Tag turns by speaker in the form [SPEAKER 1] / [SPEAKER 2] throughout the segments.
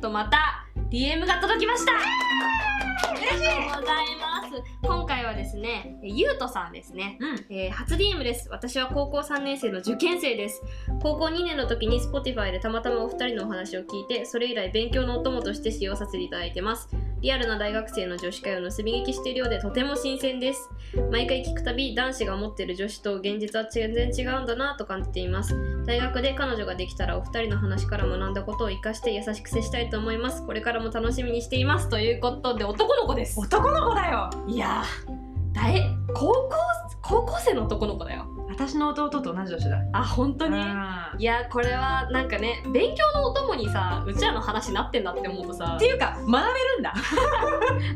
[SPEAKER 1] とまた DM が届きました嬉しいございます今回はですねえゆうとさんですね
[SPEAKER 2] うん。
[SPEAKER 1] えー初 DM です私は高校3年生の受験生です高校2年の時に Spotify でたまたまお二人のお話を聞いてそれ以来勉強のお供として使用させていただいてますリアルな大学生の女子会を盗み聞きしているようでとても新鮮です毎回聞くたび男子が持ってる女子と現実は全然違うんだなと感じています大学で彼女ができたらお二人の話から学んだことを生かして優しく接したいと思いますこれからも楽しみにしていますということで男の子です
[SPEAKER 2] 男の子だよ。
[SPEAKER 1] いやーだえ高校高校生の男の子だよ
[SPEAKER 2] 私の弟と同じ年だ。
[SPEAKER 1] あ本当に
[SPEAKER 2] うん
[SPEAKER 1] いやこれはなんかね勉強のお供にさうちらの話なってんだって思うとさ
[SPEAKER 2] っていうか学べるんだ。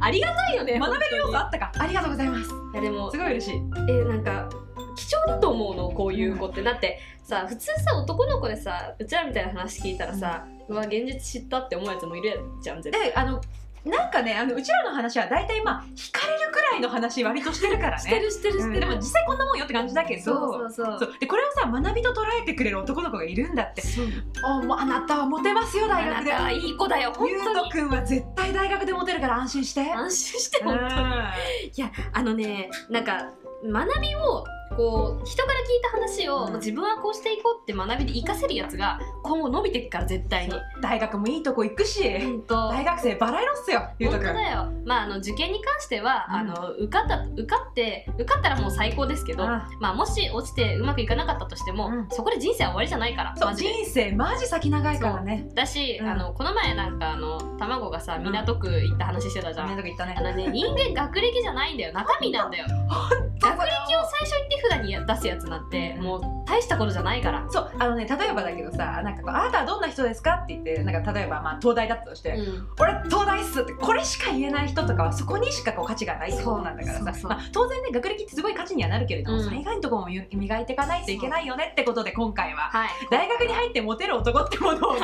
[SPEAKER 1] ありがたいよね
[SPEAKER 2] 学べる要素あったか。ありがとうございます。す
[SPEAKER 1] 本当にいやでも
[SPEAKER 2] ごい嬉しい。
[SPEAKER 1] えなんか貴重だと思うのこういう子ってだってさ普通さ男の子でさうちらみたいな話聞いたらさ、うわ現実知ったって思うやつもいるじゃん絶対
[SPEAKER 2] で、あの。なんかねあのうちらの話は大体まあ惹かれるくらいの話割と してるからね
[SPEAKER 1] してるしてるして
[SPEAKER 2] でも
[SPEAKER 1] る、
[SPEAKER 2] 実際こんなもんよって感じだけど
[SPEAKER 1] そうそうそう
[SPEAKER 2] そうでこれをさ学びと捉えてくれる男の子がいるんだって
[SPEAKER 1] そう
[SPEAKER 2] あもうあなたはモテますよ大
[SPEAKER 1] あ
[SPEAKER 2] 学
[SPEAKER 1] な
[SPEAKER 2] で
[SPEAKER 1] たはいい子だよ本
[SPEAKER 2] ゆう
[SPEAKER 1] 当
[SPEAKER 2] と
[SPEAKER 1] に
[SPEAKER 2] くんは絶対大学でモテるから安心して
[SPEAKER 1] 安心して
[SPEAKER 2] う
[SPEAKER 1] 本
[SPEAKER 2] ん
[SPEAKER 1] 当にいやあのねなんか学びをこう人から聞いた話を、
[SPEAKER 2] うん
[SPEAKER 1] 自分はこうしていこうって学びで活かせるやつが今後伸びていくから絶対に。
[SPEAKER 2] 大学もいいとこ行くし
[SPEAKER 1] ほんと
[SPEAKER 2] 大学生バラ色っすよゆう
[SPEAKER 1] 本
[SPEAKER 2] と
[SPEAKER 1] 当
[SPEAKER 2] くん
[SPEAKER 1] だよ、まあ、あの受験に関しては、
[SPEAKER 2] うん
[SPEAKER 1] あの受かった受かって受かったらもう最高ですけど
[SPEAKER 2] あ
[SPEAKER 1] まあ、もし落ちてうまくいかなかったとしても、
[SPEAKER 2] うん
[SPEAKER 1] そこで人生は終わりじゃないから
[SPEAKER 2] そう
[SPEAKER 1] マジで
[SPEAKER 2] 人生マジ先長いからね
[SPEAKER 1] だし、
[SPEAKER 2] うん
[SPEAKER 1] あのこの前なんかあの卵がさ
[SPEAKER 2] ん
[SPEAKER 1] 港区行った話してたじゃん、
[SPEAKER 2] みんなとこ行ったね
[SPEAKER 1] あのね人間学歴じゃないんだよ中身なんだよ
[SPEAKER 2] そう
[SPEAKER 1] 学歴を最初に手札に出すやつなんてもう大したことじゃないから、
[SPEAKER 2] そうあのね例えばだけどさなんかこうあなたはどんな人ですかって言ってなんか例えばまあ東大だったとして、俺東大っすってこれしか言えない人とかはそこにしかこう価値がないってことなんだからさ
[SPEAKER 1] そうそうそう
[SPEAKER 2] まあ、当然ね学歴ってすごい価値にはなるけれども、
[SPEAKER 1] うん
[SPEAKER 2] それ以外のところもゆ磨いていかないといけないよねってことで今回は
[SPEAKER 1] はい
[SPEAKER 2] 大学に入ってモテる男ってものを
[SPEAKER 1] は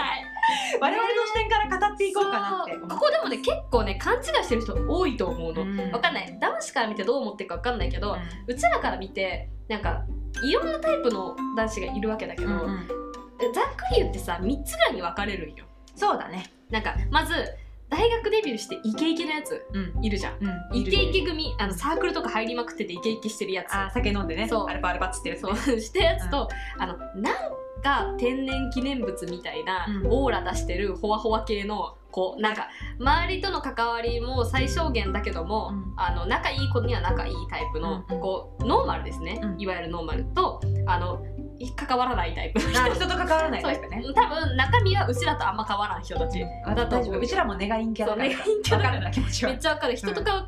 [SPEAKER 2] 我
[SPEAKER 1] い
[SPEAKER 2] 々の視点から語っていこうかなって
[SPEAKER 1] そう
[SPEAKER 2] 思
[SPEAKER 1] ここでもね結構ね勘違いしてる人多いと思うの、
[SPEAKER 2] うん
[SPEAKER 1] わかんない男子から見てどう思ってるかわかんないけど、うちらから見てなんかいろんなタイプの男子がいるわけだけ
[SPEAKER 2] う
[SPEAKER 1] ど、
[SPEAKER 2] んうん
[SPEAKER 1] ざっくり言ってさ3つぐらいに分かれるんよ
[SPEAKER 2] そうだね
[SPEAKER 1] なんかまず大学デビューしてイケイケのやつ
[SPEAKER 2] うん
[SPEAKER 1] いるじゃん、
[SPEAKER 2] うん
[SPEAKER 1] イケイケ組あのサークルとか入りまくっててイケイケしてるやつ
[SPEAKER 2] あー酒飲んでね
[SPEAKER 1] そう
[SPEAKER 2] アルパアルパっつってる
[SPEAKER 1] そうしたやつと、あのなんか天然記念物みたいな
[SPEAKER 2] うん
[SPEAKER 1] オーラ出してるホワホワ系の子なんか周りとの関わりも最小限だけども、
[SPEAKER 2] うん
[SPEAKER 1] あの仲いい子には仲いいタイプの、
[SPEAKER 2] うんうん
[SPEAKER 1] こうノーマルですね、
[SPEAKER 2] うん
[SPEAKER 1] いわゆるノーマルとあのい関わらないタイプの人
[SPEAKER 2] あー人と関わらないタイプね
[SPEAKER 1] そう多分中身はうちらとあんま変わらん人たち、
[SPEAKER 2] うん
[SPEAKER 1] だと
[SPEAKER 2] 大
[SPEAKER 1] 思
[SPEAKER 2] 丈
[SPEAKER 1] う
[SPEAKER 2] 夫うちらもネガインキャ
[SPEAKER 1] そ
[SPEAKER 2] ラ
[SPEAKER 1] う
[SPEAKER 2] だ
[SPEAKER 1] ね
[SPEAKER 2] か
[SPEAKER 1] 陰キャ
[SPEAKER 2] らわ
[SPEAKER 1] だ
[SPEAKER 2] か
[SPEAKER 1] か
[SPEAKER 2] るん
[SPEAKER 1] ら
[SPEAKER 2] だ気持ち
[SPEAKER 1] め
[SPEAKER 2] は
[SPEAKER 1] っちゃわかる人と関わ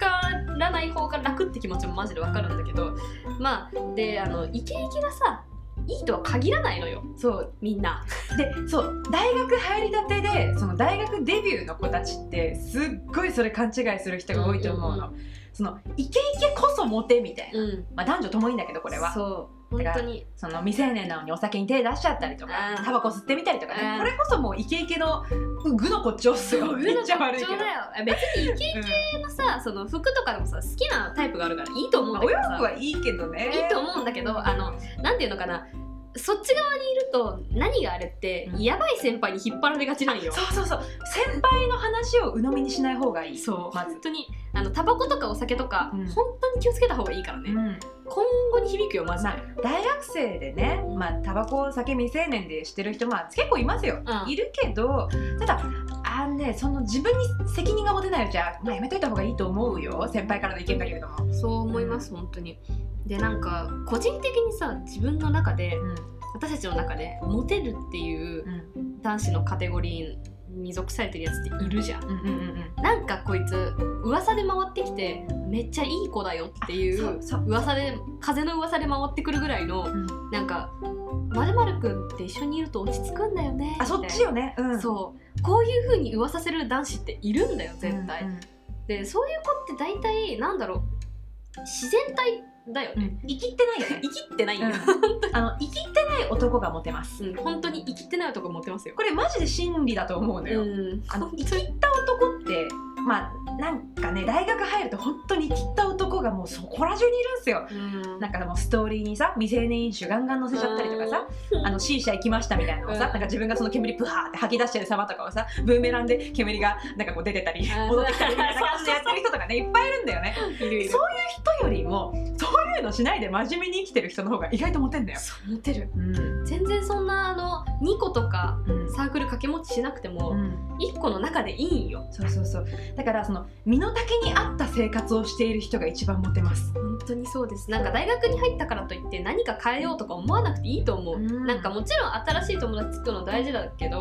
[SPEAKER 1] らない方が楽って気持ちもマジでわかるんだけどまあであのイケイケがさいいとは限らないのよ
[SPEAKER 2] そう
[SPEAKER 1] みんな
[SPEAKER 2] でそう大学入りたてでその大学デビューの子たちってすっごいそれ勘違いする人が多いと思うの、そのイケイケこそモテみたいな、
[SPEAKER 1] ん
[SPEAKER 2] まあ、男女ともいいんだけどこれは
[SPEAKER 1] そう本
[SPEAKER 2] だ
[SPEAKER 1] 当
[SPEAKER 2] から
[SPEAKER 1] に
[SPEAKER 2] その未成年なのにお酒に手出しちゃったりとか
[SPEAKER 1] うん
[SPEAKER 2] タバコ吸ってみたりとか
[SPEAKER 1] う
[SPEAKER 2] ね
[SPEAKER 1] ん
[SPEAKER 2] これこそもうイケイケのう具の骨頂っすよめっちゃ悪いけ
[SPEAKER 1] そう
[SPEAKER 2] ど
[SPEAKER 1] だ。よ別にイケイ
[SPEAKER 2] うん
[SPEAKER 1] ケのさその服とかでもさ好きなタイプがあるからいいと思う
[SPEAKER 2] ま
[SPEAKER 1] んだ
[SPEAKER 2] あお
[SPEAKER 1] けど
[SPEAKER 2] 洋
[SPEAKER 1] さ
[SPEAKER 2] 服はいいけどね。
[SPEAKER 1] いいと思うんだけどあのなんていうのかなそっち側にいると何があれって、
[SPEAKER 2] うん
[SPEAKER 1] やばい先輩に引っ張られがちなんよ
[SPEAKER 2] そうそうそう先輩の話を鵜呑みにしない方がいい。
[SPEAKER 1] そう
[SPEAKER 2] まず
[SPEAKER 1] 本当にあのタバコとかお酒とか、
[SPEAKER 2] うん
[SPEAKER 1] 本当に気をつけた方がいいからね、
[SPEAKER 2] うん
[SPEAKER 1] 今後に響くよマジで、
[SPEAKER 2] 大学生でね、まあ、タバコ酒未成年でしてる人、まあ、結構いますよ、
[SPEAKER 1] うん
[SPEAKER 2] いるけどただあのねその自分に責任が持てないうちは、まあ、やめといた方がいいと思うよ先輩からの意見だけれども、
[SPEAKER 1] そう思います、本当にでなんか個人的にさ自分の中で私たちの中でモテるっていう男子のカテゴリーに属されてるやつっているじゃん
[SPEAKER 2] うんうんうん
[SPEAKER 1] なんかこいつ噂で回ってきてめっちゃいい子だよってい
[SPEAKER 2] そううそう
[SPEAKER 1] 噂で風の噂で回ってくるぐらいの、
[SPEAKER 2] ん
[SPEAKER 1] なんか「まるまるくんって一緒にいると落ち着くんだよね」
[SPEAKER 2] あそっ
[SPEAKER 1] みたい
[SPEAKER 2] ちよね、う、
[SPEAKER 1] なん
[SPEAKER 2] う
[SPEAKER 1] そうこういう風に噂せる男子っているんだよ絶対、
[SPEAKER 2] んうん
[SPEAKER 1] でそういう子って大体なんだろう自然体だよ
[SPEAKER 2] う
[SPEAKER 1] ね、
[SPEAKER 2] ん生きってないよね
[SPEAKER 1] 生きってないんだよ、
[SPEAKER 2] うんあの生きってない男がモテます
[SPEAKER 1] うん、本当に生きってない男持ってますよ
[SPEAKER 2] これマジで真理だと思うのよ、
[SPEAKER 1] ん
[SPEAKER 2] あの生きった男ってまあなんかね大学入ると本当に切った男がもうそこら中にいるんですよ
[SPEAKER 1] うん
[SPEAKER 2] なんかもうストーリーにさ未成年飲酒ガンガン載せちゃったりとかさ
[SPEAKER 1] うん
[SPEAKER 2] あの C 社行きましたみたいなのをさ、
[SPEAKER 1] うん
[SPEAKER 2] なんか自分がその煙ブハーって吐き出してる様とかをさブーメランで煙がなんかこう出てたり
[SPEAKER 1] あー
[SPEAKER 2] 戻ってきたりみたいな
[SPEAKER 1] そ
[SPEAKER 2] 感
[SPEAKER 1] うそうそう
[SPEAKER 2] じでやってる人とかねいっぱいいるんだよね
[SPEAKER 1] いるいる
[SPEAKER 2] そう人よりもそういうのしないで真面目に生きてる人の方が意外とモテんだよ、
[SPEAKER 1] そうモテる
[SPEAKER 2] うん
[SPEAKER 1] 全然そんなあの2個とか
[SPEAKER 2] うん
[SPEAKER 1] サークル掛け持ちしなくて
[SPEAKER 2] う
[SPEAKER 1] も、
[SPEAKER 2] ん
[SPEAKER 1] 一1個の中でいいんよ
[SPEAKER 2] そうそうそうだからその身の丈に合った生活をしている人が一番モテます
[SPEAKER 1] 本当にそうですなんか大学に入ったからといって何か変えようとか思わなくていいと思う、
[SPEAKER 2] うん
[SPEAKER 1] なんかもちろん新しい友達作るの大事だけど、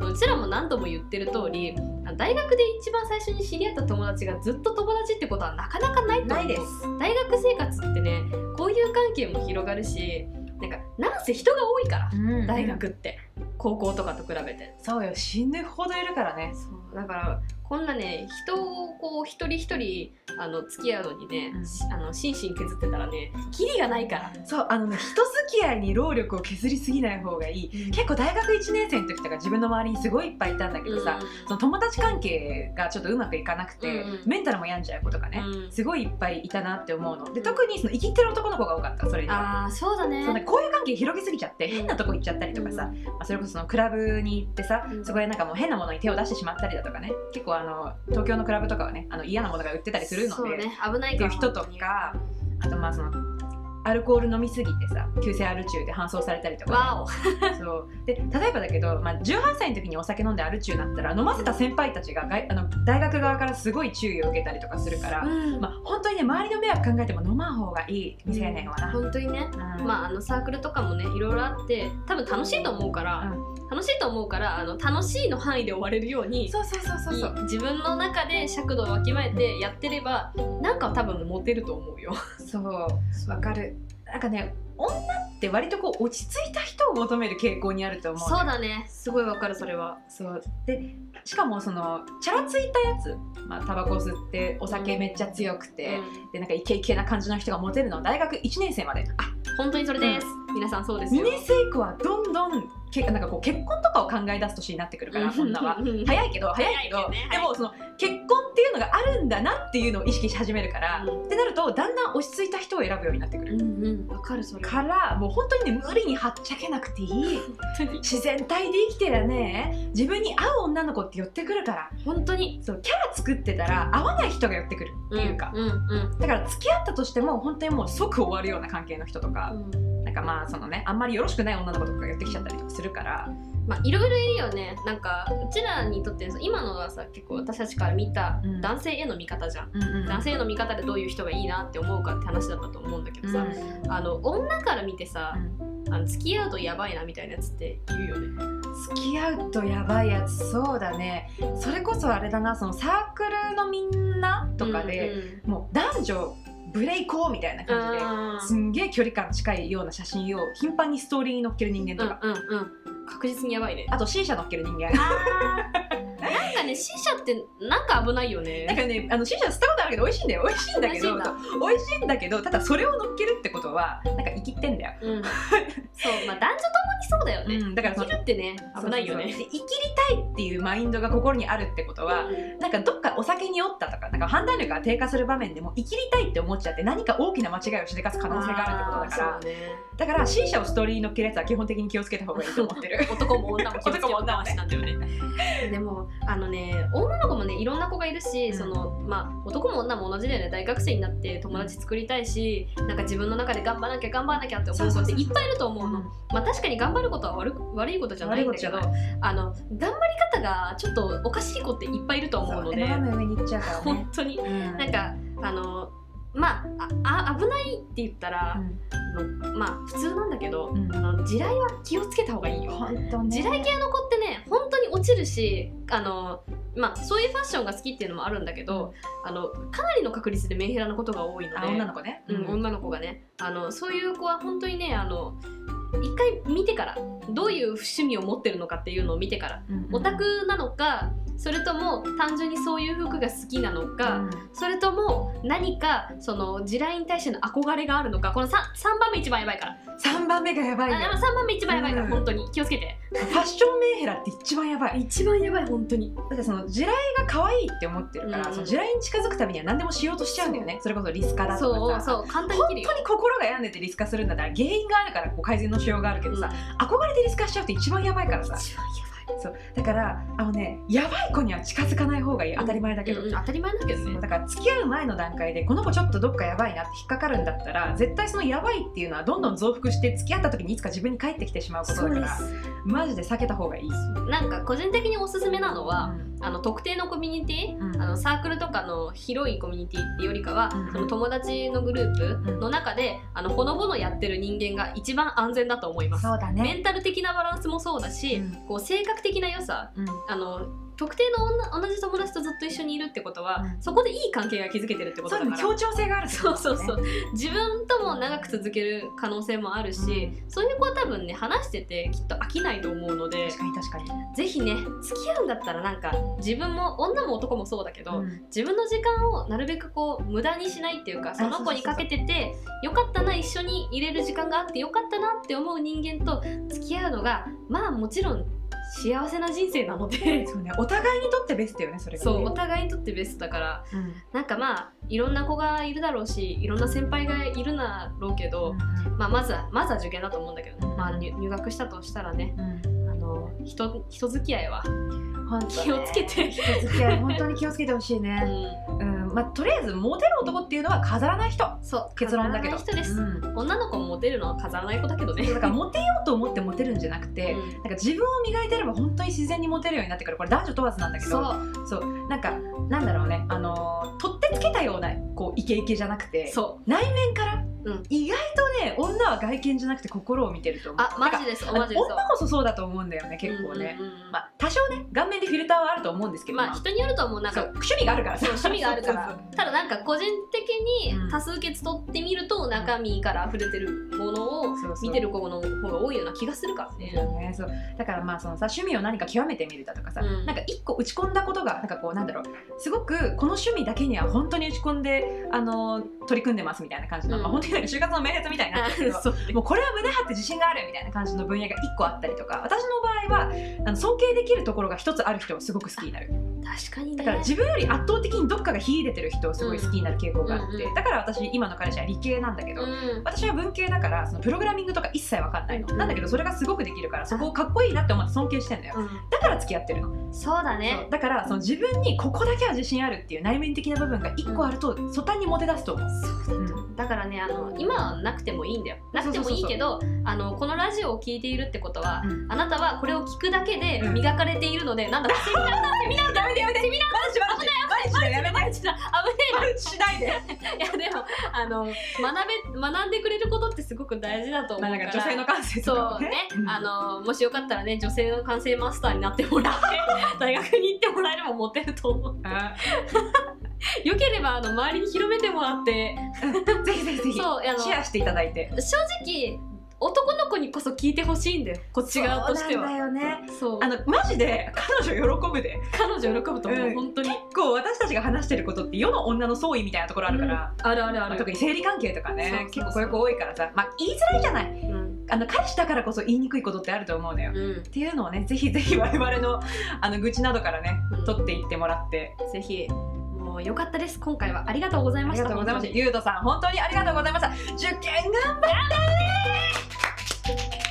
[SPEAKER 1] うちらも何度も言ってる通りあ大学で一番最初に知り合った友達がずっと友達ってことはなかなかないと思う
[SPEAKER 2] ないです
[SPEAKER 1] 大学生活ってねこういう関係も広がるしなんかなんせ人が多いから大学って、高校とかと比べて
[SPEAKER 2] そうよ死ぬほどいるからね
[SPEAKER 1] そうだからこんなね人をこう一人一人あの付き合うのにね、
[SPEAKER 2] うん
[SPEAKER 1] しあの心身削ってたらねキリがないから、
[SPEAKER 2] そうあのね人付き合いに労力を削りすぎない方がいい結構大学1年生の時とか自分の周りにすごいいっぱいいたんだけどさ、
[SPEAKER 1] うん
[SPEAKER 2] その友達関係がちょっとうまくいかなくて、
[SPEAKER 1] うん
[SPEAKER 2] メンタルも病んじゃう子とかね、
[SPEAKER 1] うん
[SPEAKER 2] すごいいっぱいいたなって思うので特にその生きてる男の子が多かったそれには
[SPEAKER 1] ああそうだね
[SPEAKER 2] そうなんかこういう関係広げすぎちゃって変なとこ行っちゃったりとかさ、まあ、それこそそのクラブに行ってさ、
[SPEAKER 1] うん
[SPEAKER 2] そこでなんかもう変なものに手を出してしまったりだとかね結構あの東京のクラブとかはねあの嫌なものが売ってたりするの
[SPEAKER 1] そう
[SPEAKER 2] で、
[SPEAKER 1] ね危ない
[SPEAKER 2] っ
[SPEAKER 1] か
[SPEAKER 2] てい
[SPEAKER 1] ら
[SPEAKER 2] う人とかあとまあそのアルコール飲みすぎてさ急性アル中で搬送されたりとか、
[SPEAKER 1] わ
[SPEAKER 2] そうで例えばだけど、まあ、18歳の時にお酒飲んでアル中になったら飲ませた先輩たちががいあの大学側からすごい注意を受けたりとかするから、
[SPEAKER 1] お、うん
[SPEAKER 2] まあ、本当にね周りの迷惑考えても飲まん方がいい未成年はな。
[SPEAKER 1] 本当にね
[SPEAKER 2] うん
[SPEAKER 1] まあ、あのサークルとかもねいろいろあって多分楽しいと思うから、楽しいと思うからあの楽しいの範囲で終われるように
[SPEAKER 2] そうそうそうそうそう
[SPEAKER 1] い自分の中で尺度をわきまえてやってればなんか多分モテると思うよ。
[SPEAKER 2] そうわかるなんかね女って割とこう落ち着いた人を求める傾向にあると思う
[SPEAKER 1] そうだねすごいわかるそれは。
[SPEAKER 2] そうでしかもそのチャラついたやつまあタバコ吸ってお酒めっちゃ強くて、
[SPEAKER 1] うん
[SPEAKER 2] でなんかイケイケな感じの人がモテるのは大学1年生まであ
[SPEAKER 1] 本当にそれです、皆さんそうです
[SPEAKER 2] 2
[SPEAKER 1] よ。
[SPEAKER 2] 年生以降はどんどんけなんかこう結婚とかを考え出す年になってくるから女は
[SPEAKER 1] うんうん
[SPEAKER 2] 早いけど早いけど
[SPEAKER 1] 早いけどね
[SPEAKER 2] でもその結婚っていうのがあるんだなっていうのを意識し始めるから、
[SPEAKER 1] うん
[SPEAKER 2] ってなるとだんだん落ち着いた人を選ぶようになってくる、
[SPEAKER 1] うんうんわかるそれは。
[SPEAKER 2] からもう本当にね無理にはっちゃけなくていい
[SPEAKER 1] 本当に
[SPEAKER 2] 自然体で生きてりゃね自分に合う女の子って寄ってくるから
[SPEAKER 1] 本当に
[SPEAKER 2] そうキャラ作ってたら合わない人が寄ってくるっていうか、
[SPEAKER 1] うんうん
[SPEAKER 2] だから付き合ったとしても本当にもう即終わるような関係の人とか、
[SPEAKER 1] うん
[SPEAKER 2] なんかまあそのねあんまりよろしくない女の子とかが寄ってきちゃったりとかするから、
[SPEAKER 1] まあいろいろいるよねなんかうちらにとってそう今のはさ結構私たちから見た
[SPEAKER 2] うん
[SPEAKER 1] 男性への見方じゃん。男
[SPEAKER 2] 男性
[SPEAKER 1] 性の見方でどういう人がいいなって思うかって話だったと思うんだけど
[SPEAKER 2] さ、
[SPEAKER 1] さ、あの女から見てさ
[SPEAKER 2] う
[SPEAKER 1] あの付き合うとやばいなみたいなやつっているよね。
[SPEAKER 2] ん付き合うとやばいやつそうだねそれこそあれだなそのサークルのみんなとかで、もう男女ブレイコーみたいな
[SPEAKER 1] うんうん、
[SPEAKER 2] 感じで。
[SPEAKER 1] あー
[SPEAKER 2] すんげえ距離感近いような写真を頻繁にストーリーに載っける人間とか、
[SPEAKER 1] うんうんうん確実にやばいね。
[SPEAKER 2] あと C 社載っける人間
[SPEAKER 1] なんかね C 社ってなんか危ないよね。
[SPEAKER 2] なんかね、あのシーシャ吸ったことあるけど美味しいんだよ美味しいんだけど
[SPEAKER 1] 美味しいん
[SPEAKER 2] 美味しいんだけどただそれを乗っけるってことはなんか生きってんだよ、
[SPEAKER 1] うん、そうまあ男女ともにそうだよね。
[SPEAKER 2] だからそ
[SPEAKER 1] 生
[SPEAKER 2] の
[SPEAKER 1] きるってね危ないよ
[SPEAKER 2] そう
[SPEAKER 1] ね。
[SPEAKER 2] そうそうで生きりたいっていうマインドが心にあるってことはなんかどっかお酒に酔ったとかなんか判断力が低下する場面でも生きりたいって思っちゃって何か大きな間違いをしでかす可能性があるってことだから
[SPEAKER 1] あーそうね
[SPEAKER 2] だから C 社をストーリーに乗っけるやつは基本的に気をつけた方がいいと思ってる
[SPEAKER 1] 男も女も気をつけよ
[SPEAKER 2] 男も
[SPEAKER 1] うって
[SPEAKER 2] 女もね
[SPEAKER 1] 話なんだよね。でもあのね女の子もねいろんな子がいるし、
[SPEAKER 2] うん
[SPEAKER 1] そのまあ、男も女も同じだよね大学生になって友達作りたいしなんか自分の中で頑張らなきゃ頑張らなきゃって思う子っていっぱいいると思うの。まあ、確かに頑張ることは悪く悪いことじゃないんだけど
[SPEAKER 2] 悪いこと
[SPEAKER 1] あの頑張り方がちょっとおかしい子っていっぱいいると思うの
[SPEAKER 2] そう
[SPEAKER 1] で
[SPEAKER 2] 斜め上に行っちゃうからね
[SPEAKER 1] 本当に
[SPEAKER 2] うん
[SPEAKER 1] なんかあのまあああ危ないって言ったら、あのまあ普通なんだけど、
[SPEAKER 2] うん
[SPEAKER 1] あの地雷は気をつけた方がいいよ。
[SPEAKER 2] 本当
[SPEAKER 1] 地
[SPEAKER 2] ね
[SPEAKER 1] 雷系の子ってね本当に落ちるしあの、まあ、そういうファッションが好きっていうのもあるんだけどあのかなりの確率でメンヘラのことが多いので
[SPEAKER 2] あ女の子ね、
[SPEAKER 1] うん、女の子がねあのそういう子は本当にねあの一回見てからどういう趣味を持ってるのかっていうのを見てからオタクなのかそれとも単純にそういう服が好きなのか、
[SPEAKER 2] うん
[SPEAKER 1] それとも何かその地雷に対しての憧れがあるのかこの 3, 三番目一番やばいから
[SPEAKER 2] 3番目がやばいよ
[SPEAKER 1] あ3番目一番やばいから、
[SPEAKER 2] うん
[SPEAKER 1] 本当に気をつけて
[SPEAKER 2] ファッションメンヘラって一番やばい
[SPEAKER 1] 一番やばい本当に
[SPEAKER 2] だってその地雷が可愛いって思ってるから、
[SPEAKER 1] うん
[SPEAKER 2] その地雷に近づくためには何でもしようとしちゃうんだよねそれこそリスカだと
[SPEAKER 1] そう
[SPEAKER 2] かさ
[SPEAKER 1] そう簡単に
[SPEAKER 2] 本
[SPEAKER 1] 切るよ
[SPEAKER 2] 当に心が病んでてリスカするんだったら原因があるからこう改善のしようがあるけどさ、憧れてリスカしちゃうって一番やばいからさ
[SPEAKER 1] 一番やばい
[SPEAKER 2] そうだからあのねやばい子には近づかない方がいい当たり前だけど、
[SPEAKER 1] うんうん当たり前だけど
[SPEAKER 2] そう
[SPEAKER 1] ね
[SPEAKER 2] だから付き合う前の段階でこの子ちょっとどっかやばいなって引っかかるんだったら絶対そのやばいっていうのはどんどん増幅して付き合った時にいつか自分に返ってきてしまうことだからマジで避けた方がいい。
[SPEAKER 1] なんか個人的におすすめなのは、
[SPEAKER 2] うん
[SPEAKER 1] あの特定のコミュニティ、
[SPEAKER 2] うん
[SPEAKER 1] あのサークルとかの広いコミュニティってよりかは、
[SPEAKER 2] うん
[SPEAKER 1] その友達のグループの中で、あのほのぼのやってる人間が一番安全だと思います、
[SPEAKER 2] そうだ
[SPEAKER 1] メンタル的なバランスもそうだし、
[SPEAKER 2] うん
[SPEAKER 1] こう性格的な良さ
[SPEAKER 2] うん
[SPEAKER 1] あの特定の女同じ友達とずっと一緒にいるってことは、
[SPEAKER 2] うん
[SPEAKER 1] そこでいい関係が築けてるってこと
[SPEAKER 2] そう
[SPEAKER 1] だか
[SPEAKER 2] だね
[SPEAKER 1] ら
[SPEAKER 2] 協調性があるってこ
[SPEAKER 1] そ
[SPEAKER 2] と
[SPEAKER 1] うそう
[SPEAKER 2] だ
[SPEAKER 1] そ
[SPEAKER 2] もんね
[SPEAKER 1] う自分とも長く続ける可能性もあるし、そういう子は多分ね話しててきっと飽きないと思うので
[SPEAKER 2] 確かに確かに、
[SPEAKER 1] ぜひね付き合うんだったらなんか自分も女も男もそうだけど、
[SPEAKER 2] うん
[SPEAKER 1] 自分の時間をなるべくこう無駄にしないっていうかその子にかけててよかったな一緒に入れる時間があってよかったなって思う人間と付き合うのがまあもちろん幸せな人生なので
[SPEAKER 2] そうねお互いにとってベストよねそれがね
[SPEAKER 1] そうお互いにとってベストだから
[SPEAKER 2] うん
[SPEAKER 1] なんかまあいろんな子がいるだろうしいろんな先輩がいるだろうけど、まあ、まずはまずは受験だと思うんだけどね、まあ、入入学したとしたらね
[SPEAKER 2] うん
[SPEAKER 1] あの人人付き合いは、
[SPEAKER 2] 本当ね
[SPEAKER 1] 気をつけて
[SPEAKER 2] 人付き合い本当に気をつけてほしいうね、
[SPEAKER 1] ん、
[SPEAKER 2] うんまあ、とりあえずモテる男っていうのは飾らない人
[SPEAKER 1] そう
[SPEAKER 2] 結論だけど
[SPEAKER 1] 飾らない人です、
[SPEAKER 2] うん
[SPEAKER 1] 女の子もモテるのは飾らない子だけどね
[SPEAKER 2] だからモテようと思ってモテるんじゃなくて、
[SPEAKER 1] うん
[SPEAKER 2] なんか自分を磨いてれば本当に自然にモテるようになってくるこれ男女問わずなんだけ
[SPEAKER 1] そ
[SPEAKER 2] ど
[SPEAKER 1] う
[SPEAKER 2] そうなんかなんだろうねあのー取ってつけたようなこうイケイケじゃなくて
[SPEAKER 1] そう
[SPEAKER 2] 内面から、
[SPEAKER 1] うん
[SPEAKER 2] 意外とね女は外見じゃなくて心を見てると思う
[SPEAKER 1] あマジです
[SPEAKER 2] なん
[SPEAKER 1] マ
[SPEAKER 2] か
[SPEAKER 1] ジです
[SPEAKER 2] 女こそそうだと思うんだよね結構ね、
[SPEAKER 1] うんうんうん
[SPEAKER 2] まあ、多少ね顔面でフィルターはあると思うんですけど、
[SPEAKER 1] まあ人によると思うなん
[SPEAKER 2] そ
[SPEAKER 1] か
[SPEAKER 2] う趣味があるから
[SPEAKER 1] そう趣味があるか
[SPEAKER 2] そう
[SPEAKER 1] ら
[SPEAKER 2] そうそう
[SPEAKER 1] ただなんか個人的
[SPEAKER 2] う
[SPEAKER 1] に
[SPEAKER 2] ん
[SPEAKER 1] 多数決取ってみると中身から溢れてるものを
[SPEAKER 2] そうそう
[SPEAKER 1] 見てる子の方が多いような気がするから
[SPEAKER 2] ですよ
[SPEAKER 1] ね
[SPEAKER 2] ね、そうだからまあそのさ趣味を何か極めてみるだとかさ、
[SPEAKER 1] うん
[SPEAKER 2] なんか一個打ち込んだことがなんかこうなんだろうすごくこの趣味だけには本当に打ち込んであの取り組んでますみたいな感じの、
[SPEAKER 1] うん
[SPEAKER 2] まあ、本当になんか就活の面接みたいになってるけど
[SPEAKER 1] そう
[SPEAKER 2] もうこれは胸張って自信があるみたいな感じの分野が一個あったりとか私の場合はあの尊敬できるところが一つある人をすごく好きになる
[SPEAKER 1] 確かにね
[SPEAKER 2] だから自分より圧倒的にどっかが秀でてる人をすごい好きになる傾向があって、
[SPEAKER 1] うんうん
[SPEAKER 2] だから私今の彼氏は理系なんだけど、
[SPEAKER 1] うん
[SPEAKER 2] 私は文系だからそのプログラミングとか一切わかんないの、
[SPEAKER 1] うん
[SPEAKER 2] なんだけどそれがすごくできるからそこをかっこいいなって思って尊敬してんだよ
[SPEAKER 1] うん
[SPEAKER 2] だから付き合ってるの、
[SPEAKER 1] そうだ
[SPEAKER 2] そ
[SPEAKER 1] ね
[SPEAKER 2] うだからその自分にここだけは自信あるっていう内面的な部分が一個あると途端にモテ出すと思う、
[SPEAKER 1] そうだと思うだからねあの今はなくてもいいんだよなくてもいいけどあのこのラジオを聞いているってことは
[SPEAKER 2] うん
[SPEAKER 1] あなたはこれを聞くだけで
[SPEAKER 2] うん
[SPEAKER 1] 磨かれているので、なんだかセミナーだセミナーだセミナーだセミナ
[SPEAKER 2] マルチマルチマルチだやめ
[SPEAKER 1] ーだ
[SPEAKER 2] ない
[SPEAKER 1] 危ね
[SPEAKER 2] マルチしないで
[SPEAKER 1] えないやでもあの学べ学んでくれることってすごく大事だと思う
[SPEAKER 2] まあ
[SPEAKER 1] か
[SPEAKER 2] なん
[SPEAKER 1] ら
[SPEAKER 2] か女性の感性とか
[SPEAKER 1] そ
[SPEAKER 2] も
[SPEAKER 1] うね、
[SPEAKER 2] うん
[SPEAKER 1] あのもしよかったらね女性の完成マスターになってもらって大学に行ってもらえればモテると思う
[SPEAKER 2] あ
[SPEAKER 1] よければあの周りに広めてもらって
[SPEAKER 2] ぜひぜひぜひ
[SPEAKER 1] そうあの
[SPEAKER 2] シェアしていただいて
[SPEAKER 1] 正直男の子にこそ聞いてほしいんだよこっち側としては
[SPEAKER 2] そうなんだよね
[SPEAKER 1] そう
[SPEAKER 2] あのマジで彼女喜ぶで
[SPEAKER 1] 彼女喜ぶと思う、
[SPEAKER 2] うん
[SPEAKER 1] 本当に
[SPEAKER 2] 結構私たちが話してることって世の女の相違みたいなところあるから、
[SPEAKER 1] あるあるあ
[SPEAKER 2] まあ
[SPEAKER 1] る
[SPEAKER 2] 特に生理関係とかね
[SPEAKER 1] そうそうそう
[SPEAKER 2] 結構こういう子多いからさ、まあ、言いづらいじゃない
[SPEAKER 1] うん
[SPEAKER 2] あの彼氏だからこそ言いにくいことってあると思うのよ、っ
[SPEAKER 1] うん
[SPEAKER 2] ていうのをねぜひぜひ我々のあの愚痴などからね
[SPEAKER 1] うん
[SPEAKER 2] 取っていってもらって
[SPEAKER 1] ぜひもう良かったです今回はありがとうござい
[SPEAKER 2] あ
[SPEAKER 1] ま
[SPEAKER 2] り
[SPEAKER 1] した
[SPEAKER 2] がとうございまし
[SPEAKER 1] 本当
[SPEAKER 2] た
[SPEAKER 1] に
[SPEAKER 2] ゆうとさん本当にありがとうございました受験頑張ってね